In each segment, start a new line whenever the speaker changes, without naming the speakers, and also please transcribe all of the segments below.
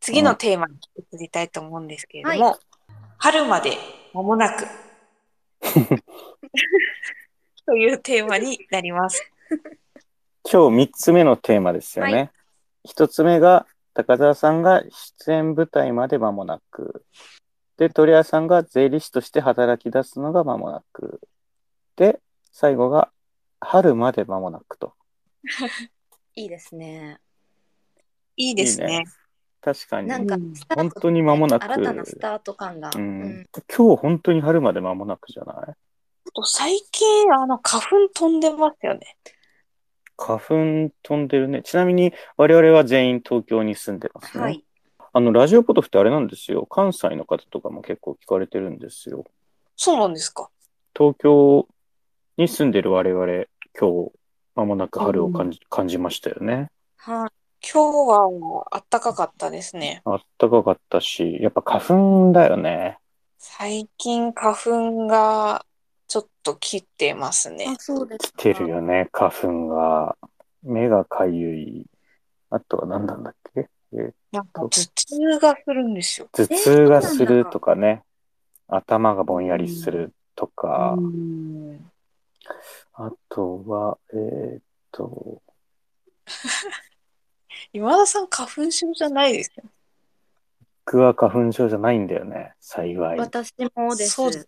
次のテーマに移りたいと思うんですけれども、
は
春まで間もなく というテーマになります。
今日3つ目のテーマですよ
は
ね。一1つ目が高澤さんが出演舞台まで間もなく。で、鳥谷さんが税理士として働き出すのが間もなく。で、最後が春まで間もなくと。
いいですね。
いいです
いい
ね
ね。確かに。
なん
今
か
うん
スタート
本当に間もなく
新たなスタート感が。
うん日本当に春まで間もなくじゃない
ちょっと最近、あの、花粉飛んでますよね。
花粉飛んでるね。ちなみに我々は全員東京に住んでますね。
はい。
あの、ラジオポトフってあれなんですよ。関西の方とかも結構聞かれてるんですよ。
そうなんですか。
東京に住んでる我々、今日、間もなく春を感じ,、感じましたよね。
はい。
今日はもう暖かかったですね。
あったかかったし、やっぱ花粉だよね。
最近花粉がちょっと切ってますね。
そうです
来てるよね、花粉が。目がかゆい。あとは何なんだっけ
なんか頭痛がするんですよ。
頭痛がするとかね。頭がぼんやりするとか。
うん
あとは、えーっと、
今田さん花粉症じゃないですよ。
僕は花粉症じゃないんだよね、幸い。
私もです。
そうです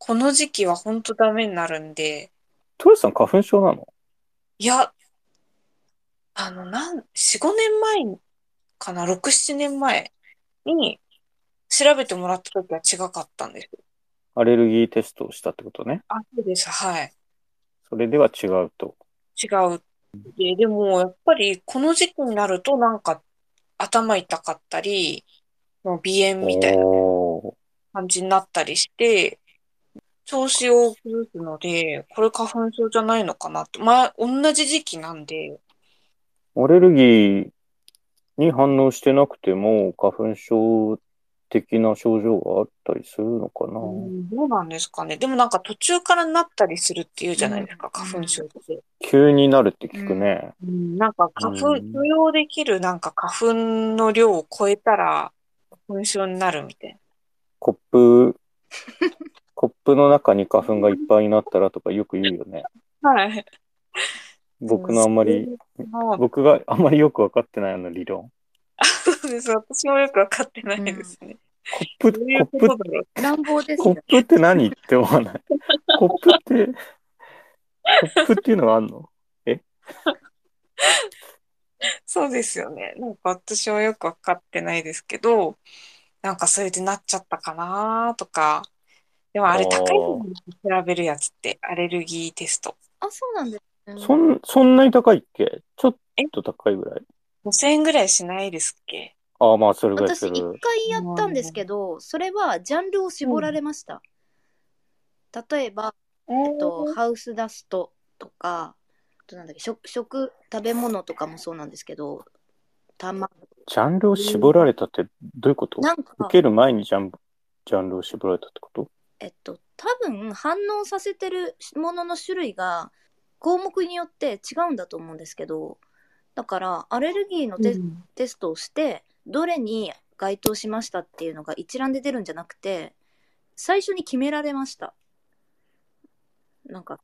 この時期は本当ダメになるんで、
トヨさん花粉症なの
いや、あの、なん、4、5年前かな、6、7年前に調べてもらった時は違かったんですよ。
アレルギーテストをしたってことね。
あ、そうです。はい。
それでは違うと。
違う。で、でも、やっぱり、この時期になると、なんか、頭痛かったり、もう鼻炎みたいな
おー
感じになったりして、調子を崩すので、これ花粉症じゃないのかなと。まあ、同じ時期なんで、
アレルギーに反応してなくても、花粉症的な症状があったりするのかな、
うんどうなんですかね。でもなんか途中からなったりするっていうじゃないですか、
うん
花粉症って。
急になるって聞くね。
なんか花粉、
うん
許容できるなんか花粉の量を超えたら、花粉症になるみたいな。
コップ、 コップの中に花粉がいっぱいになったらとかよく言うよね。
はい。
僕のあんまり、僕があんまりよくわかってないあの理論。
そうです。私もよくわかってないですね。
コッ
ど
プ、
ういう
コ
こ
ッ
とだろう。
乱暴で
プ、
す
コ
よ
ッ。プって何って思わ ない。コップって、コップっていうのがあんの
そうですよね。なんか私はよくわかってないですけど、なんかそれでなっちゃったかなとか。でもあれ
おー
高いのに調べるやつって、アレルギーテスト。
あ、そうなんです、ね。
そん、そんなに高いっけちょっと高いぐらい。
5000円ぐらいしないですっけ
ああ、まあ、それぐらい
私
する。
一回やったんですけど、それはジャンルを絞られました。例えば、
え
えっと、ハウスダストとか、あとなんだっけ食食食べ物とかもそうなんですけど、卵
ジャンルを絞られたってどういうこと
なん
受
か
ける前にジャンジャンルを絞られたってこと
えっと多分反応させてるものの種類が項目によって違うんだと思うんですけど、だからアレルギーのテ,、テストをしてどれに該当しましたっていうのが一覧で出るんじゃなくて、最初に決められました。なんか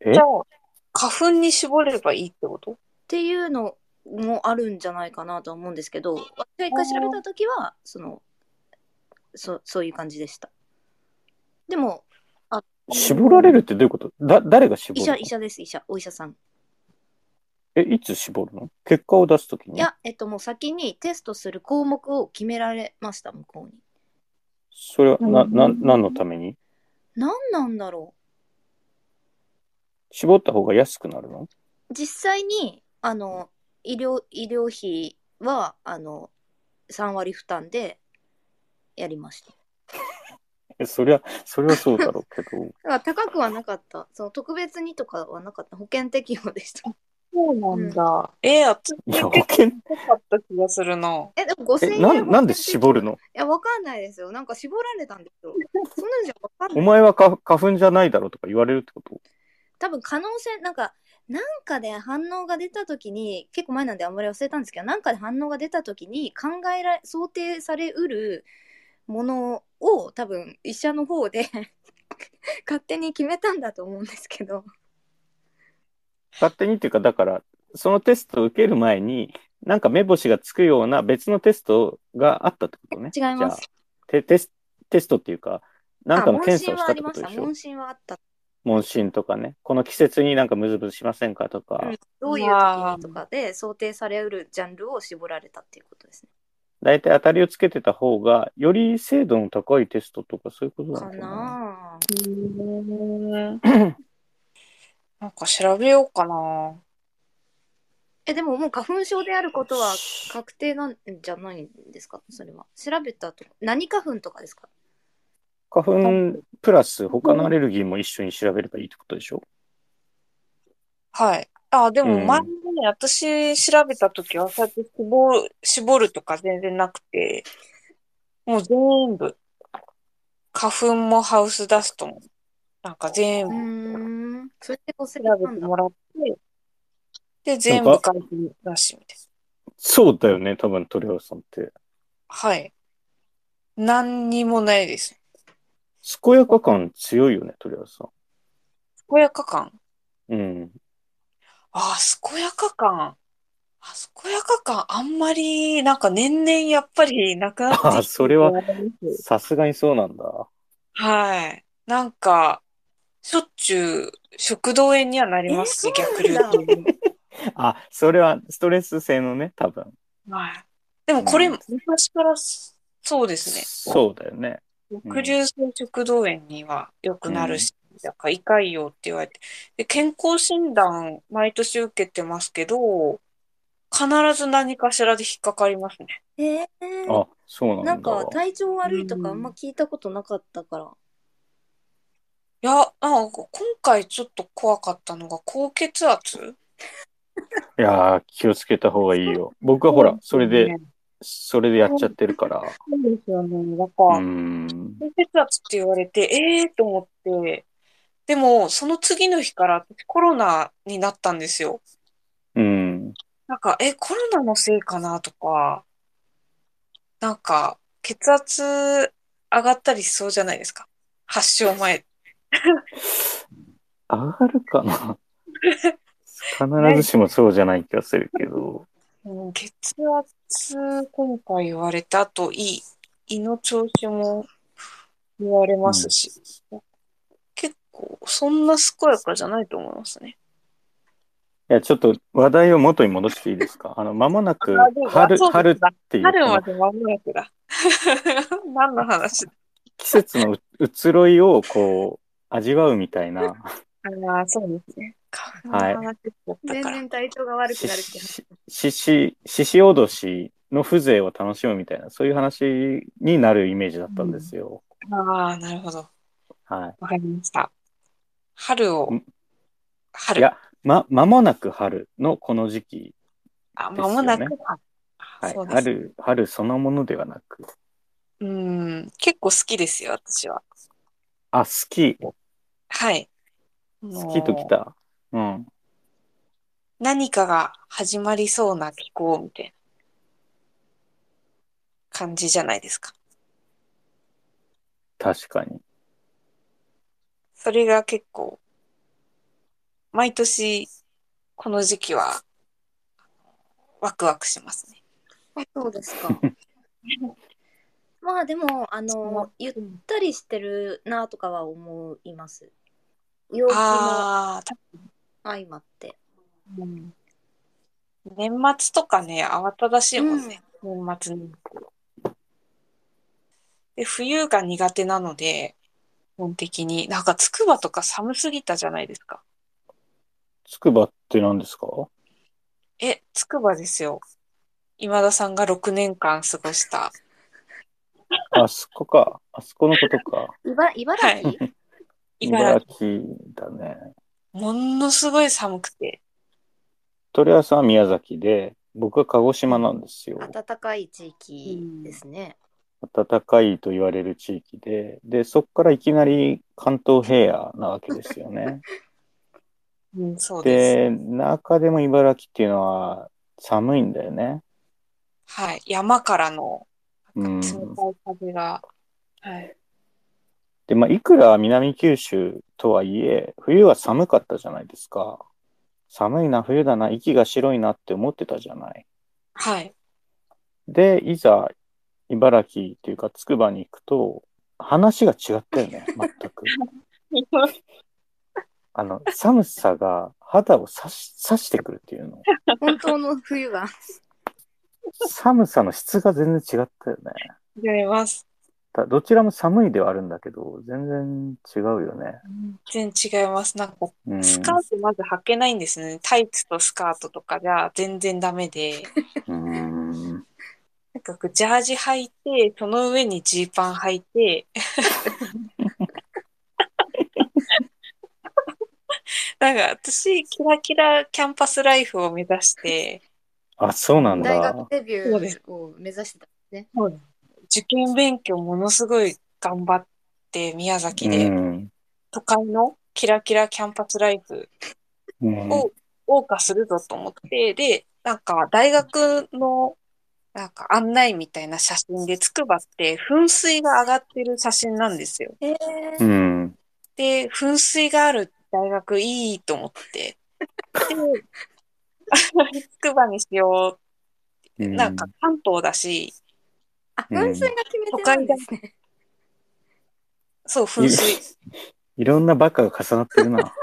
え
じゃあ、花粉に絞れればいいってこと
っていうのもあるんじゃないかなと思うんですけど私が一回調べた時はそのそそういう感じでしたでも
絞られるってどういうことだ、誰が絞
医
る
者
の
医者です医者お医者さん
え、いつ絞るの結果を出すとき
い
に
やえっともう先にテストする項目を決められました向こうに
それは、な、な、
うん
何のために
何なんだろ
絞った方が安くなるの
う実際にあの医療医療費はあの3割負担でやりました
え、そりゃ、それはそうだろうけ ど。
だから高くはなかったその特別にとかはなかった保険適用でした
そうなんだ。えー、私
い
結
や、保険、
構高かった気がするな。
えでも5000
え、
円
なん、なんで
保険適用
絞るの
いや、わかんないですよ。なんか絞られたんですよ。そんなんじゃわかん
お
ない。
前は花花粉じゃないだろうとか言われるってこと
多分可能性、なんか、なんかで反応が出た時に結構前なんであんまり忘れたんですけどなんかで反応が出た時に考えられ想定されうるものを多分医者の方で 勝手に決めたんだと思うんですけど
勝手にっていうか、だから、そのテストを受ける前に、なんか目星がつくような別のテストがあったってことね。
違います
じゃあテテステストっていうか、なんかの検査をしたってことで
あ問診はありまし
したょ
問診はあった
問診とかね。この季節になんかムズムズしませんかとか、
うんどういう時にとかで想定されうるジャンルを絞られたっていうことですね
大体当たりをつけてた方が、より精度の高いテストとかそういうことな
か
のかな。
なあ
うん。なんか調べようかな。
えでももう花粉症であることは確定なんじゃないんですかそれは調べたと何花粉とかですか
花粉プラス他のアレルギーも一緒に調べればいいってことでしょ
はい。あ、でも
うん
前にね、私調べたときは、そうやって絞る、絞るとか全然なくて、もう全部、花粉もハウスダストも、なんか全
う
部
ーんそれでごせ
調
た
べ
ん
て
だ
もらって、で、全部書いて出しみたいな。
そうだよね、多分鳥羽さんって。
はい。何にもないです。
健やか感強いよね、鳥羽さ
健やか感。
ん。うん。
ああ、健やか感。あ、健やか感、あんまり、なんか年々やっぱりなくなってきて
あそれは
思います
さすがにそうなんだ。
はい。なんか、しょっちゅう食道炎にはなりますし、
え
逆
そう
流
なんだ
っていうの
あ、それはストレス性のね、多分。
はい。でもこれ、
うん
昔からそうです
そうだよね。
ね。逆流性食道炎には良くなるし、だから胃潰瘍って言われて。で、健康診断、毎年受けてますけど、必ず何かしらで引っかかりますね。
えー、
あ、そうな
なんん
だ。
か体調悪いとかあんま聞いたことなかったから、
いや、なんか今回ちょっと怖かったのが、高血圧
いやー、気をつけた方がいいよ。僕はほら、それで、それでやっちゃってるから。
そうですよね。だ
う
から、
ーん。
低血圧って言われて、ええー、と思って、でも、その次の日から私コロナになったんですよ。
うん。
なんか、え、コロナのせいかなとか、なんか、血圧上がったりしそうじゃないですか。発症前。
上がるかな必ずしもそうじゃない気がするけど。
うん、血圧、今回言われた後、胃、胃の調子も言われますし、結構、そんな健やかじゃないと思いますね。
いや、ちょっと話題を元に戻していいですかあの、間もなく
あでも
春、
そうです
春っていう
春
こ
ま
の
で間もなくだ。 何の話だ
季節のう移ろいをこう、味わうみたいな、
ああ、そうですね。
はい
花粉の話だった
全
から。
然体調が悪く
し
なるって話
しししししおどしの風情を楽しむみたいな、そういう話になるイメージだったんですよ。
ああ、なるほど。
はい。
わかりました。春を
ん、い
春。
や、ま、間もなく春のこの時期。
あ、
ですよ
間
ね
もなく。
はい
そう。です。
春、春そのものではなく。
うん、結構好きですよ、私は。
あ、スキー。
はい。
スキーとき
もう
た。うん。
何かが始まりそうな気候みたいな感じじゃないですか。
確かに。
それが結構、毎年、この時期は、ワクワクしますね。
あそうですかまあでもあのゆったりしてるなとかは思います陽気も
ああ、た
相まって
うん年末とかね、慌ただしいもんね。年末に。で、冬が苦手なので、基本的に、なんか筑波とか寒すぎたじゃないですか。
つくばって何ですか
え、筑波ですよ。今田さんが6年間過ごした。
あそこか。あそこのこと か。
茨茨城、
茨
茨城だね。
城、ものすごい寒くて。
鳥羽さんは宮崎で、僕は鹿児島なんですよ。
暖かい地域ですね、
暖かいと言われる地域で、で、そこからいきなり関東平野なわけですよね。
うん、 そうです。
で、中でも茨城っていうのは寒いんだよね。
はい。山からの
うん
冷たい風が。はい。
で、まあ、いくら南九州とはいえ、冬は寒かったじゃないですか。寒いな、冬だな、息が白いなって思ってたじゃない。
はい。
で、いざ、茨城というか、つくばに行くと、話が違ったよね、全 く。あの、寒さが肌を刺し刺してくるっていうの。
本当の冬が。
寒さの質が全然違ったよね。
違います。
だどちらも寒いではあるんだけど、全然違うよね。
全然違います。なんか、
うん、
スカートまず履けないんですね。タイツとスカートとかじゃ全然ダメで。
うん
なんかこうジャージ履いて、その上にジーパン履いて、なんか私、キラキラキャンパスライフを目指して、
あ、そうなん
大
だ。
学デビューを目指してた。
受験勉強ものすごい頑張って、宮崎で、
うん
都会のキラキラキャンパスライフ
うん
を謳歌するぞと思って、で、なんか大学のなんか案内みたいな写真で、つくばって噴水が上がってる写真なんですよ。
へえ
うん
で、噴水がある大学いいと思って。で、 筑波にしよ
う
う。なんか関東だし、
あ、噴水が決めてるんですね。
そう、噴水。
いろんなバカが重なってるな。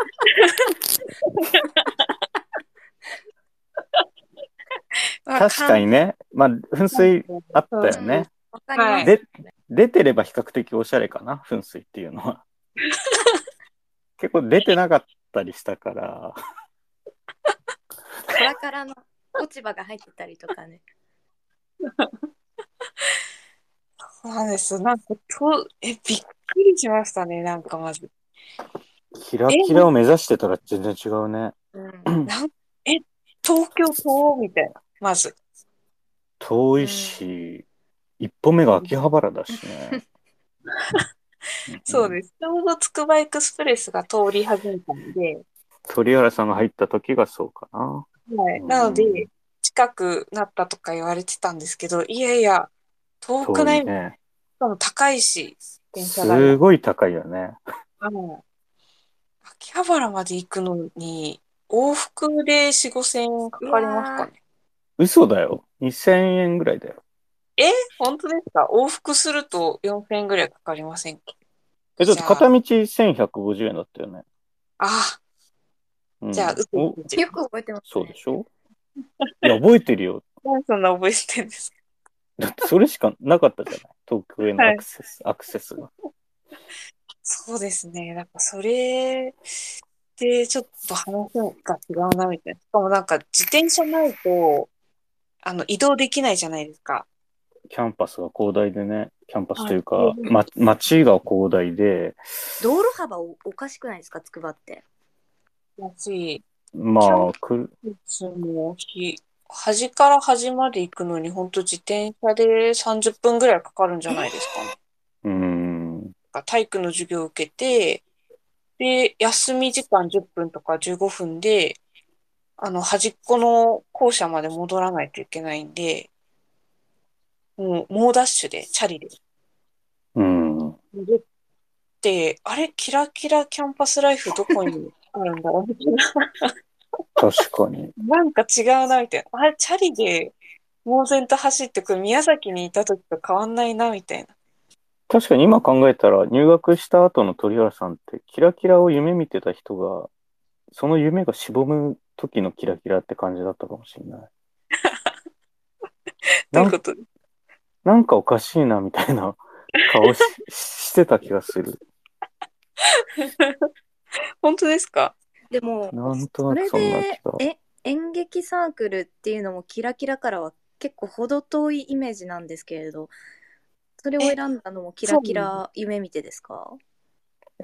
まあ
確かにね。まあ、噴水あったよね。
わかりま
はい
す。
で、出てれば比較的おしゃれかな、噴水っていう のは。結構出てなかったりしたから。
カラカラの落ち葉が入ってたりとかね。
そうなんです。なんか、と、え、びっくりしましたね。なんか、まず。
キラキラを目指してたら全然違うね。
うん。
なんえ、東京都みたいな。まず。
遠いし、一歩目が秋葉原だしね。
そう
す。
です。ちょうどつくばエクスプレスが通り始めたので、
鳥原さんが入った時がそうかな。
はい。
うん
なので、近くなったとか言われてたんですけど、いやいや、遠くない
遠いね。
しかも高いし、電車代
すごい高いよね。
あの、秋葉原まで行くのに、往復で4、5,000円かかりますかね。
嘘だよ。2000円ぐらいだよ。
本当ですか往復すると4,000円ぐらいかかりませんか
え、ちょっと片道1150円だったよね。
あ
うん
あ、じゃあ、う
お
つうつ。
よく覚えてます、ね。
そうでしょいや、覚えてるよ。
なんでそんな覚えてるんですか
だってそれしかなかっ たじゃない。東京へのアクセス、アクセスが。
そうですね。なんか、それで、ちょっと話が違うな、みたいな。しかもなんか、自転車ないと、あの、移動できないじゃないですか。
キャンパスが広大でね。キャンパスというか、
はい
ま、街が広大で、
道路幅おおかしくないですか、つくばって。
だし、キャ
まあ
ン、
くる
その日、端から端まで行くのに、本当自転車で30分ぐらいかかるんじゃないですかね。
うーん。
体育の授業を受けて、で、休み時間10分とか15分で、あの、端っこの校舎まで戻らないといけないんで、もう、猛ダッシュで、チャリで。
うん。
戻って、あれ、キラキラキャンパスライフどこにあるんだろ うみたいな。
確かに。
なんか違うな、みたいな。あれ、チャリで、猛然と走ってく、宮崎にいた時と変わんないな、みたいな。
確かに今考えたら、入学した後の鳥原さんって、キラキラを夢見てた人が、その夢がしぼむ時のキラキラって感じだったかもしれない。
どう
な
んいうこと
なんかおかしいなみたいな顔ししてた気がする。
本当ですか
でも、
なんと
そ
なく
れ
そんな気
で
が。
え演劇サークルっていうのもキラキラからは結構程遠いイメージなんですけれどそれを選んだのもキラキラ夢見てですか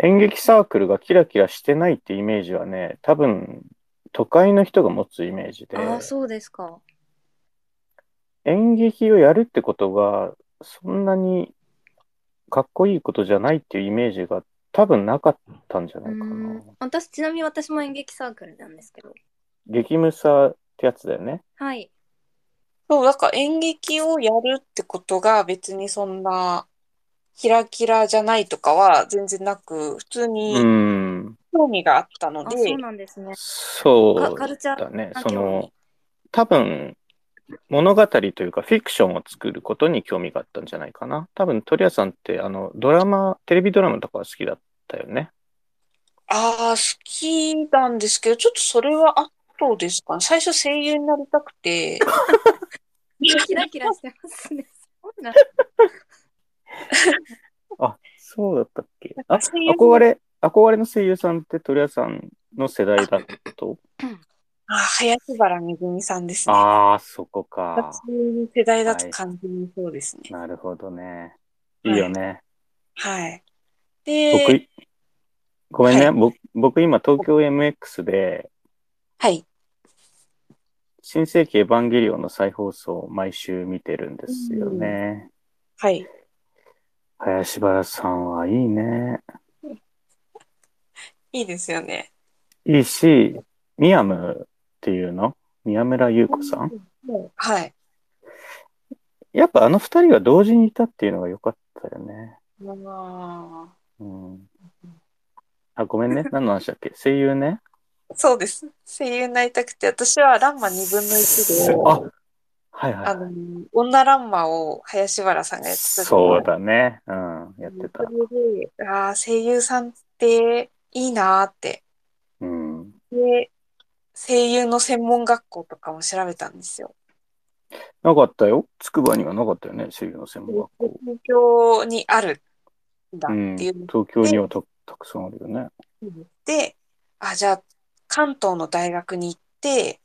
演劇サークルがキラキラしてないってイメージはね、多分都会の人が持つイメージで、
ああそうですか
演劇をやるってことがそんなにかっこいいことじゃないっていうイメージが多分なかったんじゃな
う
いかな。
ん私ちなみに私も演劇サークルなんですけど
激ムサってやつだよね。
はい
そう、だから演劇をやるってことが別にそんな、キラキラじゃないとかは全然なく、普通
う
に
ん。
興味があったの
あ
で、
そうなんですね
そ
か
う
カルチャー
だね。
あ
そ
興
の
味、
多分、物語というかフィクションを作ることに興味があったんじゃないかな。多分、鳥谷さんって、あの、ドラマ、テレビドラマとかは好きだったよね。
ああ、好きなんですけど、ちょっとそれは後ですかね。最初声優になりたく て、
キラキラしてますねそうなん
あ、そうだったっけ。あ、
声優に
憧れ、憧れの声優さんって鳥谷さんの世代だと。
あー林原めぐみさんですね。
ああ、そこか
私。の世代だと完全にそうですね。
なるほどね。いいよね。
はい。
僕
で、
い、ごめんね、
はい
僕僕今東京 MX で
はい。
「新世紀エヴァンゲリオン」の再放送を毎週見てるんですよね。
はい。
林原さんはいいね。
いいですよね。
いいし、ミヤムっていうの宮村優子さん
もうはい。
やっぱあの二人が同時にいたっていうのが良かったよね。
ま
うん。あ、ごめんね。何の話だっけ声優ね。
あ、そうです。声優になりたくて、私はランマ2分の1で、
あはいはい
あ。の、女ランマを林原さんがやってたじゃない
そうだね。うん。やってた。
それで、ああ、声優さんっていいなーって。
うん。
で、声優の専門学校とかも調べたんですよ。
なかったよ。つくばにはなかったよね。声優の専門学校。
東京にあるんだ
うん、
っていうの
東京にはたたくさんあるよね。
で、あ、じゃあ、関東の大学に行って、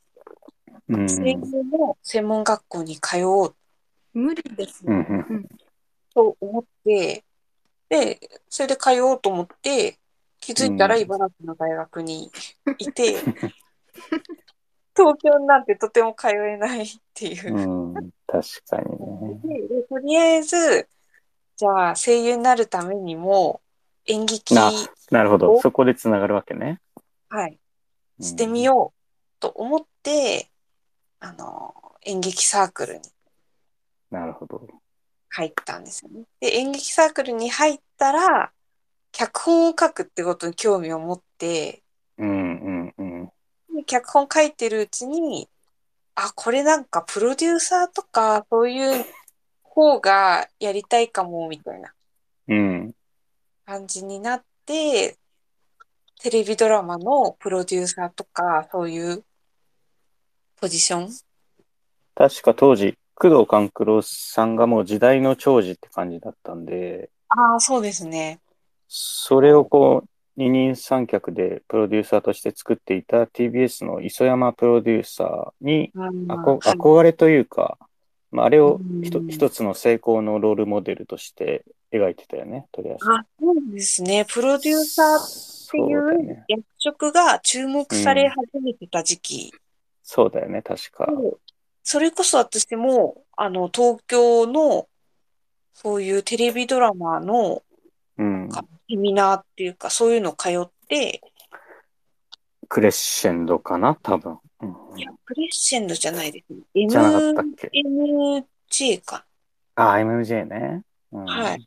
うん。
声優の専門学校に通おう
無理です
う
ね、
んうん
と思って、で、それで通おうと思って、気づいたら
うん
茨城の大学にいて、東京なんてとても通えないっていう。
うん、確かに
で、
ね。
でとりあえず、じゃあ声優になるためにも演劇、
な
は
なるほど。
お
そこでつながるわけね。
い、してみようと思って、あの、演劇サークルに
うん。なるほど。
入ったんですよね。で、演劇サークルに入ったら、脚本を書くってことに興味を持って、
うんうんうん。
で脚本書いてるうちに、あ、これなんかプロデューサーとか、そういう方がやりたいかも、みたいな。
うん。
感じになって、テレビドラマのプロデューサーとか、そういうポジション
確か当時、工藤官九郎さんがもう時代の長寿って感じだったんで、
ああ、そうですね。
それをこう、二人三脚でプロデューサーとして作っていた TBS の磯山プロデューサーに
うん
あこ憧れというか、まあ、あれをひと
うん
一つの成功のロールモデルとして描いてたよね、とりあえず。
あそうですね。プロデューサーっ
って
いう役職が注目され始めてた時期。
そうだよね、確か。
それこそ私も、あの、東京の、そういうテレビドラマの
うん。
セミナーっていうか、そういうの通って、
クレッシェンドかな、多分。うん
いや、プレッシェンドじゃないですね。M
じゃなかったっけ
MJ かな。
あ、MJ ね。うん
はい。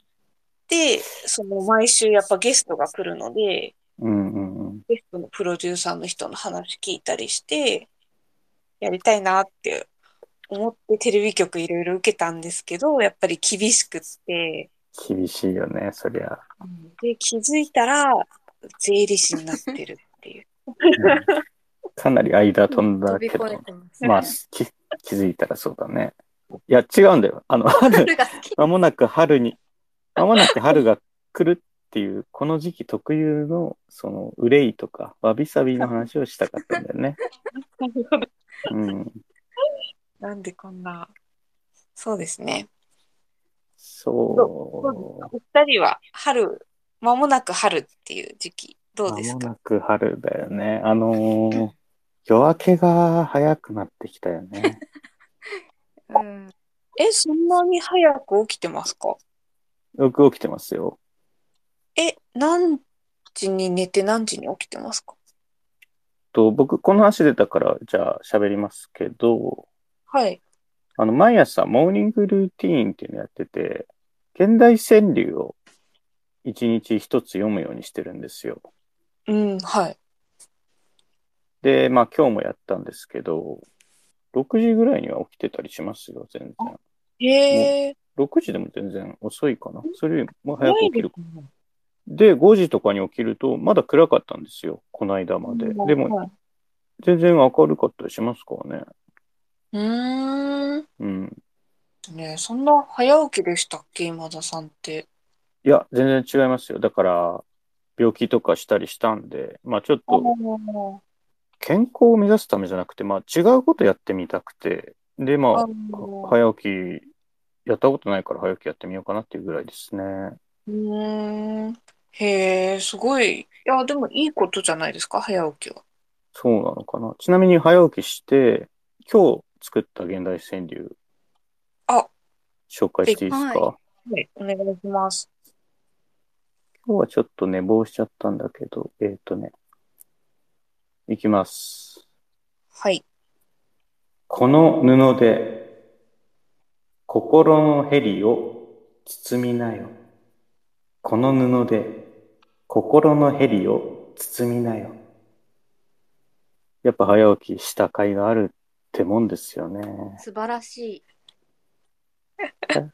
で、その毎週やっぱゲストが来るので、
うんうんうん。
ゲストのプロデューサーの人の話聞いたりして、やりたいなって思ってテレビ局いろいろ受けたんですけど、やっぱり厳しくって、
厳しいよね、そりゃ。
で、気づいたら税理士になってるって いう。
うんかなり間飛んだ
飛び
け
越
ど。
えてます
まあ、き気づいたらそうだね。いや、違うんだよ。あの、春、
春が好き
まもなく春に、まもなく春が来るっていう、この時期特有の、その、憂いとか、わびさびの話をしたかったんだよ ね。うん。
なんでこんな。そうですね。
そ
お二人は春、間もなく春っていう時期、
う。
どう
ま
です
も
か
なく春だよね。あのー夜明けが早くなってきたよね。
うん
え、そんなに早く起きてますか
よく起きてますよ。
え、何時に寝て何時に起きてますか
と、僕、この話出たから、じゃあ喋りますけど、
はい。
あの、毎朝、モーニングルーティーンっていうのやってて、現代川柳を一日一つ読むようにしてるんですよ。
うん、はい。
で、まあ今日もやったんですけど、6時ぐらいには起きてたりしますよ、全然。
へえ。
6時でも全然遅いかな。それよりも早く起きる。で、5時とかに起きると、まだ暗かったんですよ、この間まで。でも、
はい
全然明るかったりしますからね。
うーん。
うん。
ねえそんな早起きでしたっけ今田さんって。
いや、全然違いますよ。だから、病気とかしたりしたんで、まあちょっと、健康を目指すためじゃなくて、まあ違うことやってみたくて、で、まあ、
は
早起き、やったことないから早起きやってみようかなっていうぐらいですね。
い。うーん。へえ、すごい。いや、でもいいことじゃないですか、早起きは。
そうなのかな。ちなみに早起きして、今日作った現代川柳、
あ
紹介していいですか、
は
はい、お願いします。
今日はちょっと寝坊しちゃったんだけど、えっ、とね、いきます。
はい。
この布で心のヘリを包みなよ。この布で心のヘリを包みなよ。やっぱ早起きした甲斐があるってもんですよね。
素晴らし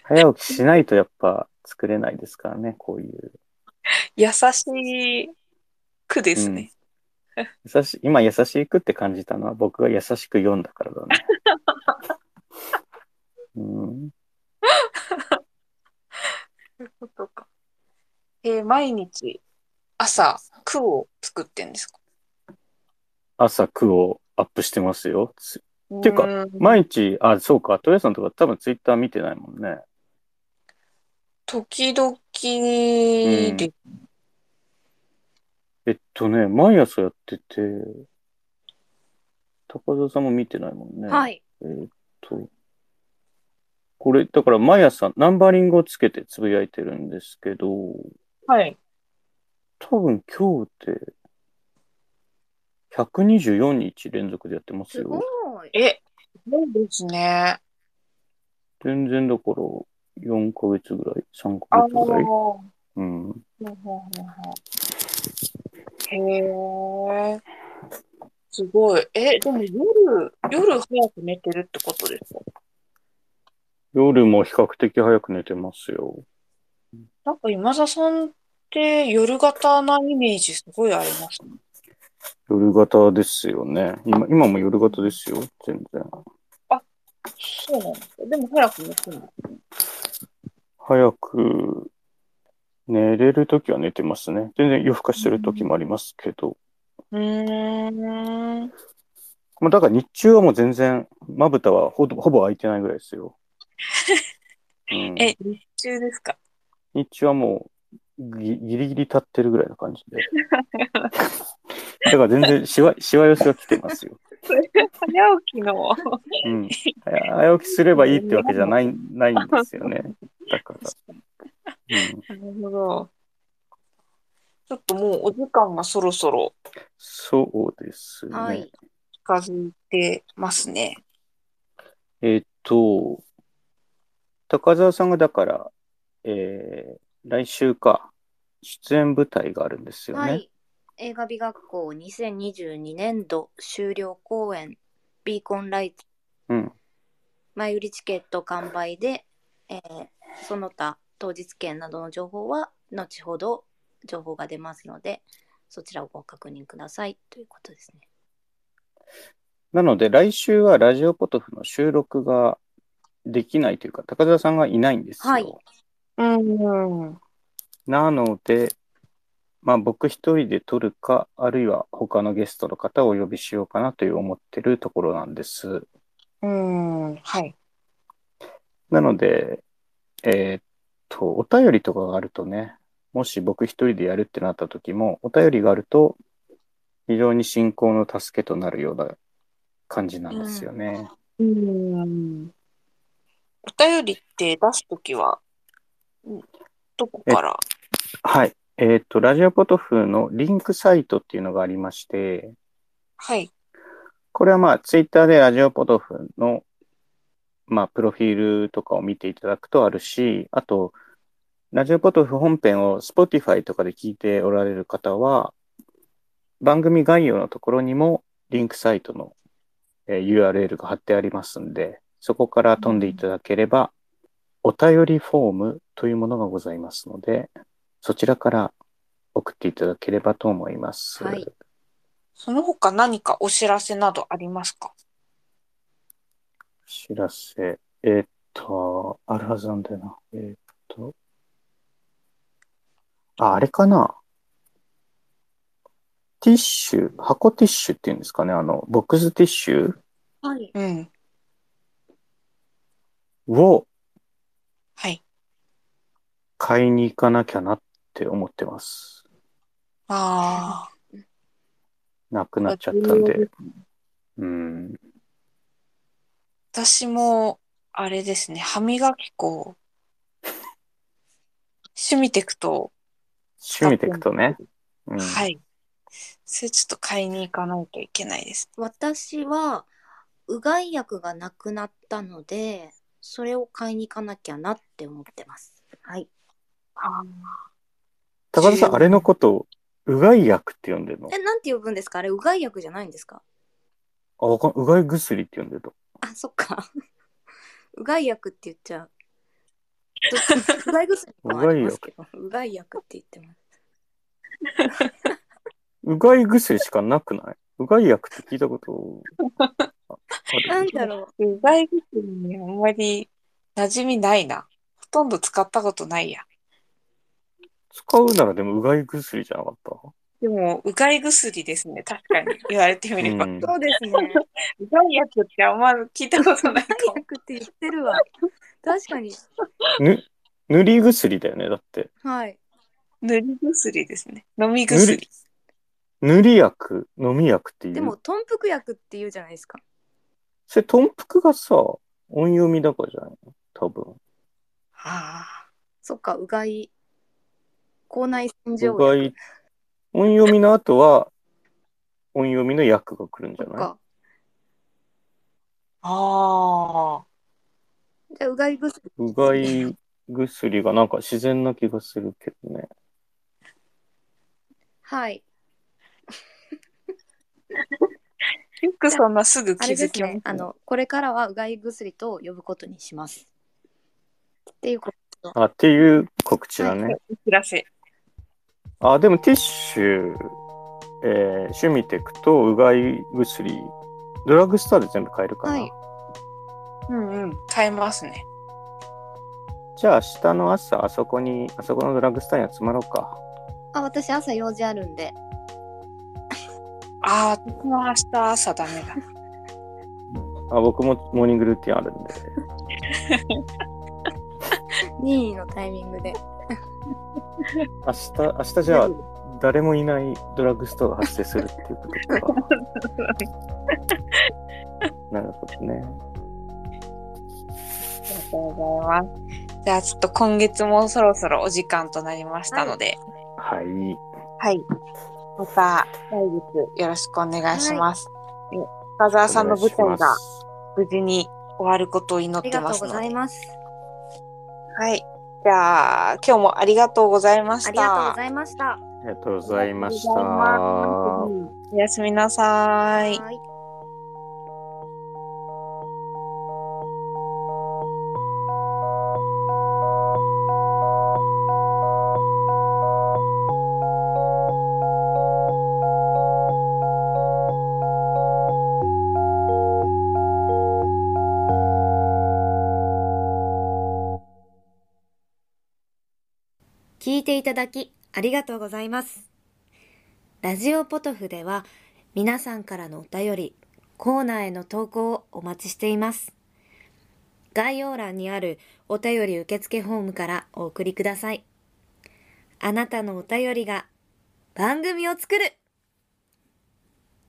早起きしないとやっぱ作れないですからね、こういう。
優しい句ですね。
優しい今優しくって感じたのは僕が優しく読んだからだね。うん、
そういうことか。えー毎日朝句を作ってんですか
朝句をアップしてますよ。ていうか
ーん
毎日、あ、そうか、トレさんとか多分ツイッター見てないもんね。
時々で、
えっとね、毎朝やってて、高田さんも見てないもん
い。
ね。
はい。
えっと、これ、だから毎朝ナンバリングをつけてつぶやいてるんですけど、
はい。
多分今日って、124日連続でやってます
すご
よ。
い。
え、そうですね。
全然だから、4ヶ月ぐらい、3
あの
ヶ月ぐらい。うん。
へえ。すごい。え、でも夜、夜早く寝てるってことですか
夜も比較的早く寝てますよ。
なんか今田さんって夜型なイメージすごいありますね。
夜型ですよね。今今も夜型ですよ、全然。
そうなんですか。でも早く寝てるの。
早く寝れるときは寝てますね。全然夜更かしてるときもありますけど。
うーん。
まあ、だから日中はもう全然、まぶたはほぼほぼ開いてないぐらいですよ。うん、
え、日中ですか
日中はもうギギリギリ立ってるぐらいの感じで。だから全然しわ、しわ寄せは来てますよ。
早起きの。
うん、早起きすればいいってわけじゃないないんですよね。だから。うん、
なるほど。ちょっともうお時間がそろそろ
そうですね。
はい。
近づいてますね。
えっと、高澤さんがだから、えー来週か、出演舞台があるんですよね。
はい。映画美学校2022年度終了公演ビーコンライト
うん。
前売りチケット完売で、えーその他当日券などの情報は後ほど情報が出ますのでそちらをご確認くださいということですね。
なので、来週はラジオポトフの収録ができないというか、高澤さんがいないんですよ。
はい
うん。
なので、まあ僕一人で撮るか、あるいは他のゲストの方をお呼びしようかなという思ってるところなんです。
うん。はい。
なので、えーっと、お便りとかがあるとね、もし僕一人でやるってなった時も、お便りがあると、非常に進行の助けとなるような感じなんですよね。
うん。お便りって出すときは、んどこから
はい。えっ、と、ラジオポトフのリンクサイトっていうのがありまして、
はい。
これはまあ、ツイッターでラジオポトフの、まあ、プロフィールとかを見ていただくとあるし、あと、ラジオポトフ本編を Spotify とかで聞いておられる方は、番組概要のところにもリンクサイトの、えー URL が貼ってありますんで、そこから飛んでいただければ、お便りフォームというものがございますので、そちらから送っていただければと思います。
はい
その他何かお知らせなどありますか
知らせ。えーっと、あるはずなんだよな。えーっと。あ、あれかな。ティッシュ、箱ティッシュっていうんですかね。あの、ボックスティッシュ
はい。
うん。
を
はい。
買いに行かなきゃなって思ってます。
あ
なくなっちゃったんで。うん。
あ、私も、あれですね、歯磨き粉を、趣味テクト、
趣味でいくとね。うん、
はい。それちょっと買いに行かないといけないです。
私は、うがい薬がなくなったので、それを買いに行かなきゃなって思ってます。はい。
高田さん、あれのことを、うがい薬って呼んでるの
え、なんて呼ぶんですかあれ、うがい薬じゃないんですか
あ、わかんうがい薬って呼んでるの
あ、そっか。 うがい薬って言っちゃう。どっちうがい薬もありますけど、うがい薬って言ってます。
うがい薬しかなくないうがい薬って聞いたことああ
なん
る
だろう。
うがい薬にあんまり馴染みないな。ほとんど使ったことないや。
使うならでもうがい薬じゃなかった、
でも、うがい薬ですね。確かに。言われてみ
う、
れば。うん
そうですね。
がい薬ってあんま聞いたことないか
うがい
も。
薬って言ってるわ。確かに。
ぬ塗り薬だよねだって
はい。
塗り薬ですね。飲み薬。
塗り薬飲み薬っていう
でも、豚腹薬って言うじゃないですか。
それ豚腹がさ音読みだからじゃないの多分
あ
そっか、うがい。口内洗浄
うが
薬
い音読みの後は音読みの薬が来るんじゃ
と
ない
か。
あ。ああ。
じゃあうがい薬。
うがい薬がなんか自然な気がするけどね
はい。
よくそんなすぐ
あ
気
れで
づ
す
きます
ね。あの、これからはうがい薬と呼ぶことにします。っていうこと。
あっていう告知だね、
お知らせ。
あ、でもティッシュ、えー、シュミテクとうがい薬、ドラッグストアで全部買えるかな。
はい
うんうん。買えますね。
じゃあ明日の朝、あそこに、あそこのドラッグストアに集まろうか。
あ、私朝用事あるんで。
ああ、僕も明日朝ダメだ。
あ、僕もモーニングルーティンあるんで。
任意のタイミングで。
明日、明日じゃあ誰もいないドラッグストアが発生するっていうこと か。なるほどね。
ありがとうございます。じゃあちょっと今月もそろそろお時間となりましたので、
はい。
はい。また来月よろしくお願いします。え深澤さんの舞
お願
台
いしま
が
す
無事に終わることを祈
あ
っ
り
て
が
ま
とう
す
ご
の
ざ
で。
います。
はい。じゃあ今日もありがとうございました。
ありがとうございました。
ありがとうございました。
ありがとうございますおやすみなさい。
はい。
聞いていただきありがとうございます。ラジオポトフでは皆さんからのお便り、コーナーへの投稿をお待ちしています。概要欄にあるお便り受付フォームからお送りください。あなたのお便りが番組を作る